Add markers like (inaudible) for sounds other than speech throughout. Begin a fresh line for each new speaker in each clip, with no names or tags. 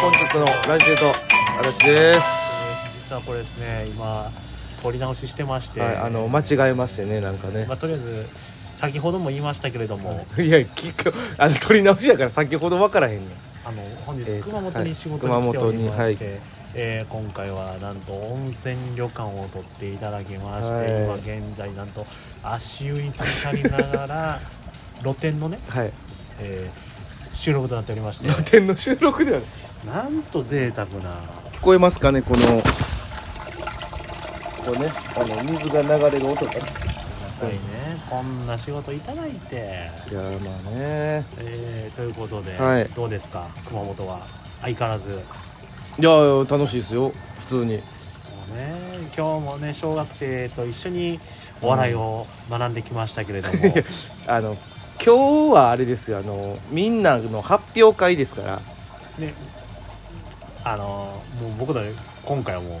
本日のラジエと私です
実はこれですね今撮り直ししてまして、
はいあの間違えましてねなんかね
まあ、とりあえず先ほども言いましたけれども、
いや聞くあの撮り直しやから先ほどわからへんねん
あの本
えー
日
と
熊本
はい
に仕事に来ておりま
熊本にはい
して、えー今回はなんと温泉旅館を取っていただきまして、
はい
今現在なんと足湯に浸かりながら (laughs) 露店のね、
はい
えー収録となっておりまして
露天の収録ではな
な
い
んと贅沢な
聞こえますかねこのこうねあの水が流れる音がい
ありがたいねこんな仕事いただいて。
やーまあね
えーということで、
はい
どうですか熊本は相変わらず、も
いやー楽しいですよ普通に
うね、今日もね小学生と一緒にお笑いを学んできましたけれども、
あの今日はあれですよあのみんなの発表会ですから
ねあのもう僕ら今回はもう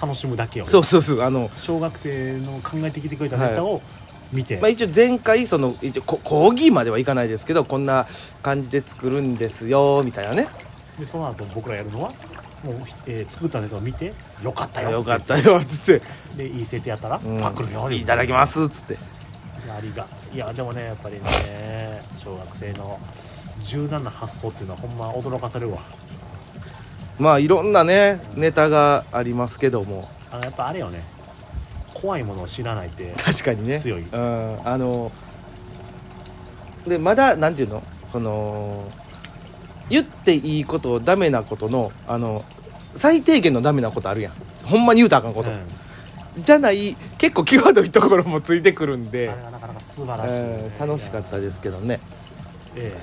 楽しむだけよ
そうそうそうあの
小学生の考えてきてくれたネタを見て、
まあ、一応前回その一応こ講義まではいかないですけどこんな感じで作るんですよみたいなね
でその後僕らやるのはもう、えー作ったネタを見てよかったよ
よかったよっつって、
でいい設定やったら、
うん
パクるよ
いただき
す
ますっつって
ありがいやでもねやっぱりね小学生の柔軟な発想っていうのはほんま驚かされるわ
まあいろんなねネタがありますけども
あのやっぱあれよね怖いものを知らないって
確かにね
強い
うんあのでまだなんていうのその言っていいことダメなことのあの最低限のダメなことあるやんほんまに言うたらあかんこと、
うん
じゃない結構際どいところもついてくるんで
あれ、がなかなか素晴らしいね、
うん、楽しかった
いや
ですけどね
え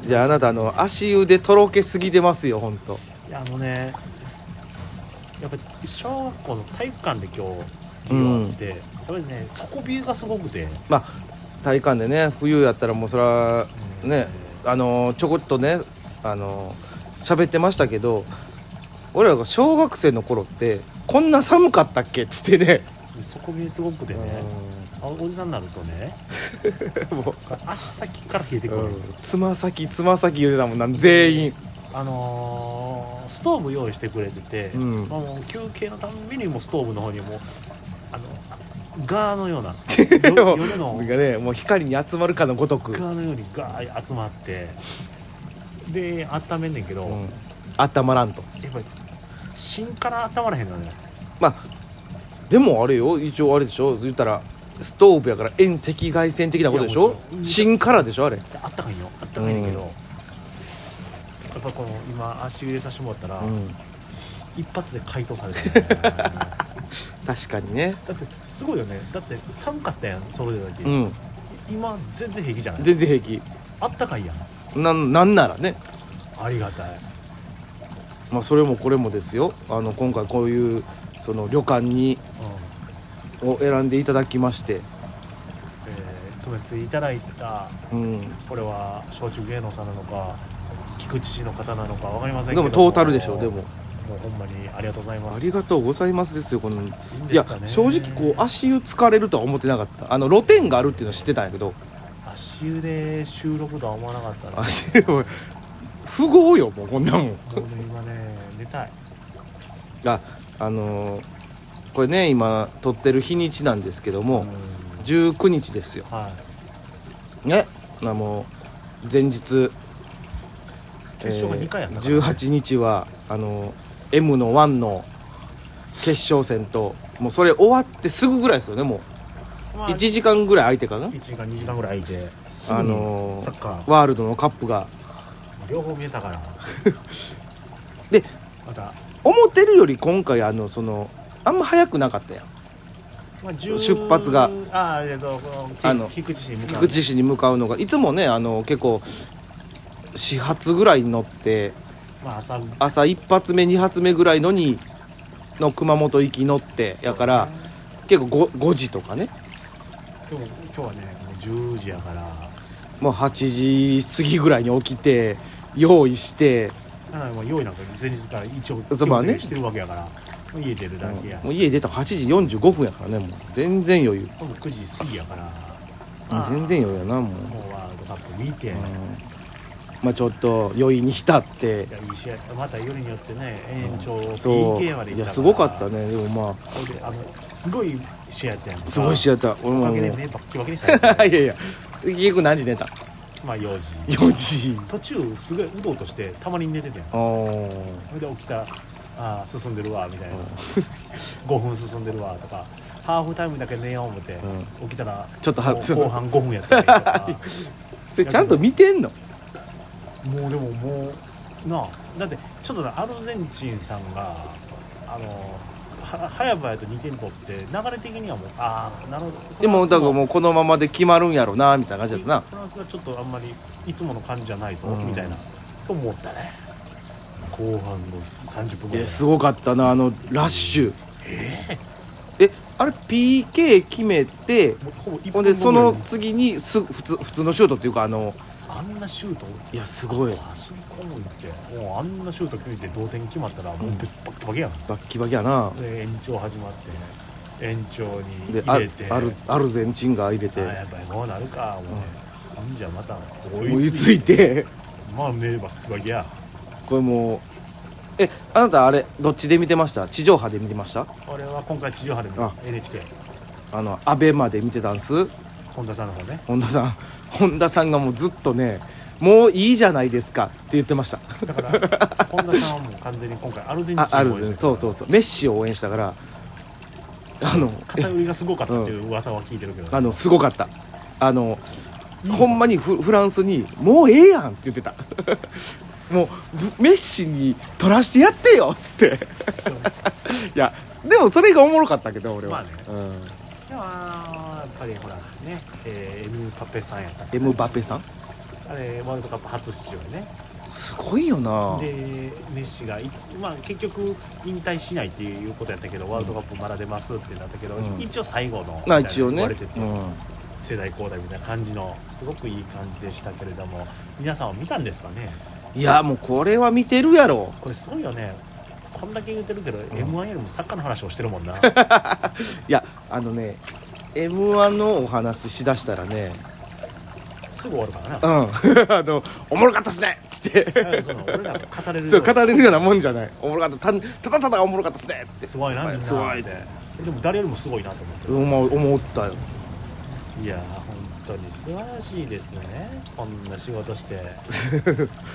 じゃああなたあの足湯でとろけすぎてますよ本当。
えいやあのねやっぱり小学校の体育館で今日
う
授業あ
ん
って、やっぱりね底冷えがすごくて、
まあ体感でね冬やったらもうそら
うん
ねあのちょこっとねあの喋ってましたけど俺らが小学生の頃ってこんな寒かったっけっつってね
底冷えすごくてね、あおじさんになるとね
うんもう
足先から冷えてくる、
うんつま先つま先言うてたもんな全員
あのーストーブ用意してくれてて、
うん
まあ、もう休憩のたんびにもうストーブの方にもうあのガーのような
(laughs)
よ夜の
がねもう光に集まるかのごとく、
ガーのようにガー集まってで温めんねんけど、
う
やっ
ん、温まらんと
ぱり芯から温まらへんのね
まあでもあれよ一応あれでしょ言ったらストーブやから遠赤外線的なことでし
いや
ょ
もちろん
芯からでしょあれ
であったかいんよあったかいねんけど、
うん
やっぱこの今足入れさせてもらったら、
うん
一発で解凍されて
(laughs)
るだ
確かにね
ってすごいよねだって寒かったやんそれだけ、
うん
今全然平気じゃない
全然平
あったかいやん
気なんなんならね
ありがたい
まあそれもこれもですよあの今回こういうその旅館に
うん
を選んでいただきまして
えー、止めていただいた
うん
これは小中芸能さんなのか菊池氏の方なのかわかりませんけ
で
ど
もトータルでしょでも
もうほんまにありがとうございま
あ
す
りがとうございますですよこの
いいん
い
で
や
すかね
正直こう足湯疲れるとは思ってなかったあの露天があるっていうのは知ってたんやけど
足湯で収録とは思わなかったなも
足湯も不合よもうこんなもん
うね今ね寝たい
ああのーこれね今撮ってる日にちなんですけども、
ん
19日ですよ
はい
ねあもう前日
決勝が二回やったからね
えー18日はあのー M の1の決勝戦ともうそれ終わってすぐぐらいですよねも
ま
う
あ
1時間ぐらい空いてかな
一時間2時間ぐらい空いてすぐ
あ
に
のー
サッカー
ワールドのカップが
両方見えたから
(laughs) で
また、
思ってるより今回あのそのあんま早くなかったやん
まあ、10
出発が
あーえっとこの
あの
菊池氏に向かう
菊池市に向かうのがいつもねあの結構始発ぐらいに乗って
まあ朝
朝1発目2発目ぐらいのにの熊本行き乗ってやから結構 5, 5時とかね
今日今日はねもう10時やから
もう8時過ぎぐらいに起きて用意して
だからもう用意なんか前日から一応
そうまあね
決定してるわけやから、家出るだけや、
もう家出たら8時45分やからねもう全然余裕
もう9時過ぎやから
全然余裕やなもう、
もうワールドカップ見て、
うんまあ、ちょっと余韻に浸って
いやいい試合またよりによってね延長
そう
PK までいったから
いやすごかったねでもまあ
これであのすごい試合やったやんか
すごい試合だった俺
お
も
か
も
げ
う
で
い
目バッキバキにしたやん
や (laughs) いや結局何時寝た
まあ4時 (laughs)
?4 時
途中すごいうとうとしてたまに寝ててん
あー
それで起きたあー進んでるわみたいな (laughs) 5分進んでるわとかハーフタイムだけ寝よう思って、
う
起きた
(laughs)
ら
ちょっとは
もう
ちょ
後半5分やったりとか (laughs)
それちゃんと見てんの
もうでももうなあだってちょっとなアルゼンチンさんがあのは早々と2点取って流れ的にはもうああなるほど
でもだからも
う
うこのままで決まるんやろなみたいな感じだったな
フランスがちょっとあんまりいつもの感じじゃないぞ、
うん
みたいなと思ったね後半の30分ぐ
い
らい
やすごかったなあのラッシュえあれ PK 決めて
もうほぼ1
ほ
分
んでそ
後
の
ぐらいに
次にす普通普通のシュートっていうかあの
あんなシュート
いやすごい
走り込むってもうあんなシュート決めて同点決まったらもうべっぱけやん、
バッキバキやな
で延長始まって延長に
で
入
ア
れ
ル
て
アルアルゼンチンが入れて
あやっぱりもうなるかもう、ん、じゃあまた
追いついて
まあ目ばっかりや
これもうえあなたあれどっちで見てました地上波で見てました
俺は今回地上波で見
あ
た NHK
あのアベマで見てたんす
本田さんの方ね
本田さん本田さんがもうずっとねもういいじゃないですかって言ってました
だから本田さんはもう完全に今回アルゼンチン
あ
を
あるんですねそうそううそうメッシを応援したからあのえ
偏りがすごかったっていう噂は聞いてるけど、
あのすごかったあのほんまにフフランスに「もうええやん」って言ってた (laughs) もうふメッシに取らしてやってよっつって (laughs) いやでもそれがおもろかったけど俺は、
まあね
うん
いやーやっぱりほらねえーエムパペさんやったっけ
エムバペさん
あれワールドカップ初出場でね
すごいよな
でメッシがい、まあ、結局引退しないっていうことやったけど、ワールドカップまだ出ますってなったけど、
うん
一応最後の
まあ一応
みたい
ね
な言われてて、
う
世代交代みたいな感じのすごくいい感じでしたけれども皆さんは見たんですかね
んいやもうこれは見てるやろ
これすごいよねこんだけ言ってるけど、
ん
m 1よりもサッカーの話をしてるもんな
(laughs) いやあのね m 1のお話しだしたらね
すぐ終わるからな
うんあのおもろかったっすねっつって
だからその俺らが語れる
そう語れるようなもんじゃないおもろかったたただただおもろかったっすねっつって
すごいなみんな
すごい
ってでも誰よりもすごいなと思ってる
思う思ったよ
いやー本当に素晴らしいですねこんな仕事して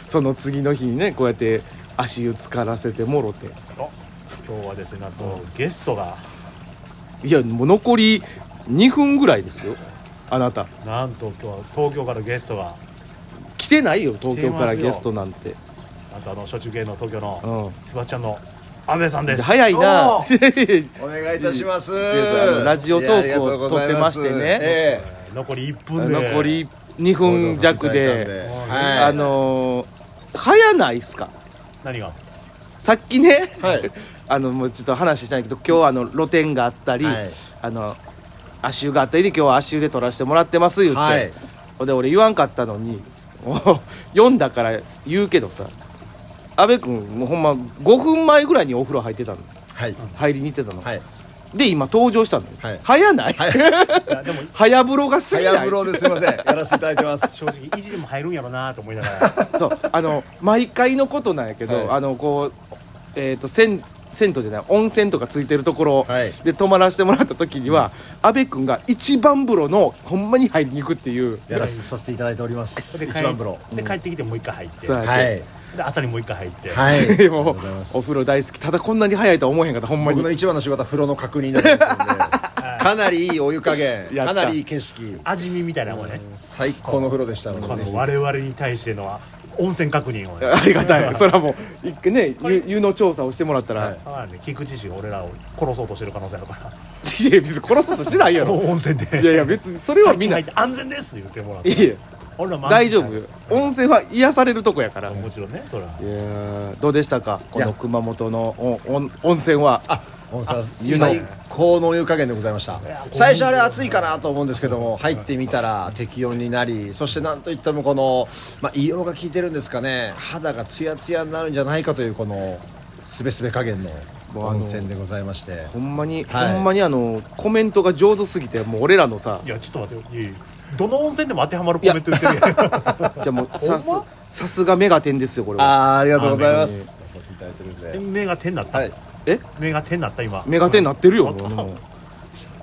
その次の日にねこうやって足湯つからせてもろて
お今日はですねなんとゲストが
いやもう残り2分ぐらいですよあなた
なんと今日は東京からゲストが
来てないよ東京から
来てま
ゲ
すよ
ストなんて
なんとあの初中芸能東京の
うん
すばちゃんの阿部さんです
早いな
おお願いいたします。
さんあのラジオトークを撮ってましてね
ええ
残り1分で
残り2分弱で、
はい、
あのー早ないっすか
何が
さっきね、
はい
(laughs) あのもうちょっと話したいけど今日あの露店があったり、
はい
あの足湯があったりで今日は足湯で撮らせてもらってます言って、
はい
ほんで俺言わんかったのにお読んだから言うけどさ阿部君もうほんま5分前ぐらいにお風呂入ってたの
はい
入りに行ってたの、
はい
で今登場したの、
はい
早ない、
いやでも
(laughs) 早風呂が過ぎない
早風呂ですいませんやらせていただいてます。
正直いじりも入るんやろなと思いなが
(laughs)
ら
そうあの毎回のことなんやけど、
はい
あのこうえっ、と銭銭湯じゃない温泉とかついてるところ
はい
で泊まらせてもらった時には、阿部君が一番風呂のほんまに入りに行くっていう
やらせさせていただいております。
で帰
一番風呂。
で帰ってきてもう一回入って
そうやっ
はい
て、
で朝にもう一回入って、
はい。あり
で
がとう
も
ございます
お風呂大好きただこんなに早いとは思えへんかったほんま
僕の
に
一番の仕事は風呂の確認
(laughs)
だったので、かなりいいお湯加減、
やった
かなりいい景色、
味見みたいなもんね、
最高の風呂でしたの
こ
で、ぜ
の
ひ
我々に対しての温泉確認をね
ありがたいそれはもう一回ね
これ
ゆ湯の調査をしてもらったら、
はい
ああね、菊池氏が俺らを殺そうとしてる可能性あるか
(laughs) いや別に殺すとしてないや
らも
ろ
う温泉で
いやいや別にそれはみんな
先に入って安全ですって言ってもらっ
い
て
やいや
俺らも安
大
心
丈夫よ温泉は癒されるとこやから、
もちろんねそれはい
やーどうでしたかこ
い
の
や
熊本のおお温泉はあ
温泉は
湯の
最高のお湯加減でございました
や
最初あれ暑いかなと思うんですけども入ってみたら適温になりそしてなんといってもこの、まあ、硫黄が効いてるんですかね肌がツヤツヤになるんじゃないかというこのすべすべ加減の
もうあの
温泉でございまして
ほんまに、
はい
ほんまにあのコメントが上手すぎてもう俺らのさ
いやちょっと待ってよいやいやどの温泉でも当てはまるコメント言ってるやん
じゃあもうさす
ほんま
さすがメガテンですよこれは
あーありがとうございま
あ
す
ね
させていただいてるんで
目が手になった、
はい
え
目が手になった今
メガテンなってるよ、
うん
もうも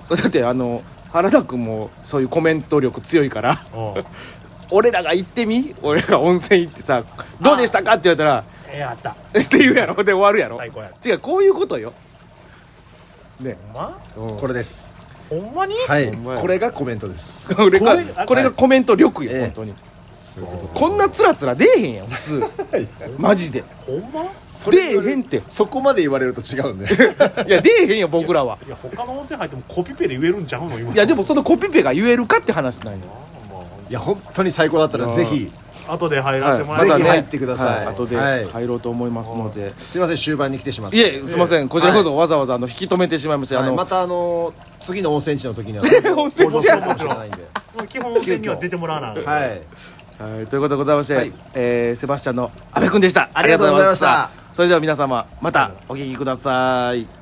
うだってあの原田君もそういうコメント力強いから
う
俺らが行ってみ俺らが温泉行ってさ「どうでしたか?」って言われたら「
んえあった
って言うやろで終わるやろ
最高や
違うこういうことよね
ほんま
こ
これです
ほんまに
はい
ほんまや
これがコメントで
れ
す (laughs)
これ
こ
が
れ
これがコメント力よ、
ええ
本当にこんなつらつら出えへんやん普通マジで
ほんま
そ
出
れ
えへんってい
そこまで言われると違うんで
や出えへんよ僕らはい
や他の温泉入ってもコピペで言えるんちゃうの今
いやでもそのコピペが言えるかって話ないの
あま
いや本当に最高だったらぜひ
あ後で入らせてもら
は
え
い
るけ
また
ど
ね入ってください
は後で
はい
入ろうと思いますので、い、
すいません終盤に来てしまって
えすいませんこちらこそわざわざあの引き止めてしまいまして、
はい
あの、
またあの次の温泉地の時には
温泉地
登場するかもしれないんで
もう基本温泉には出てもらわない
はい
はい、ということでございまして、
はい
えーセバスチャンの阿部君でした
ありがとうございまし
あ
た
りがとうございましたそれでは皆様またお聞きください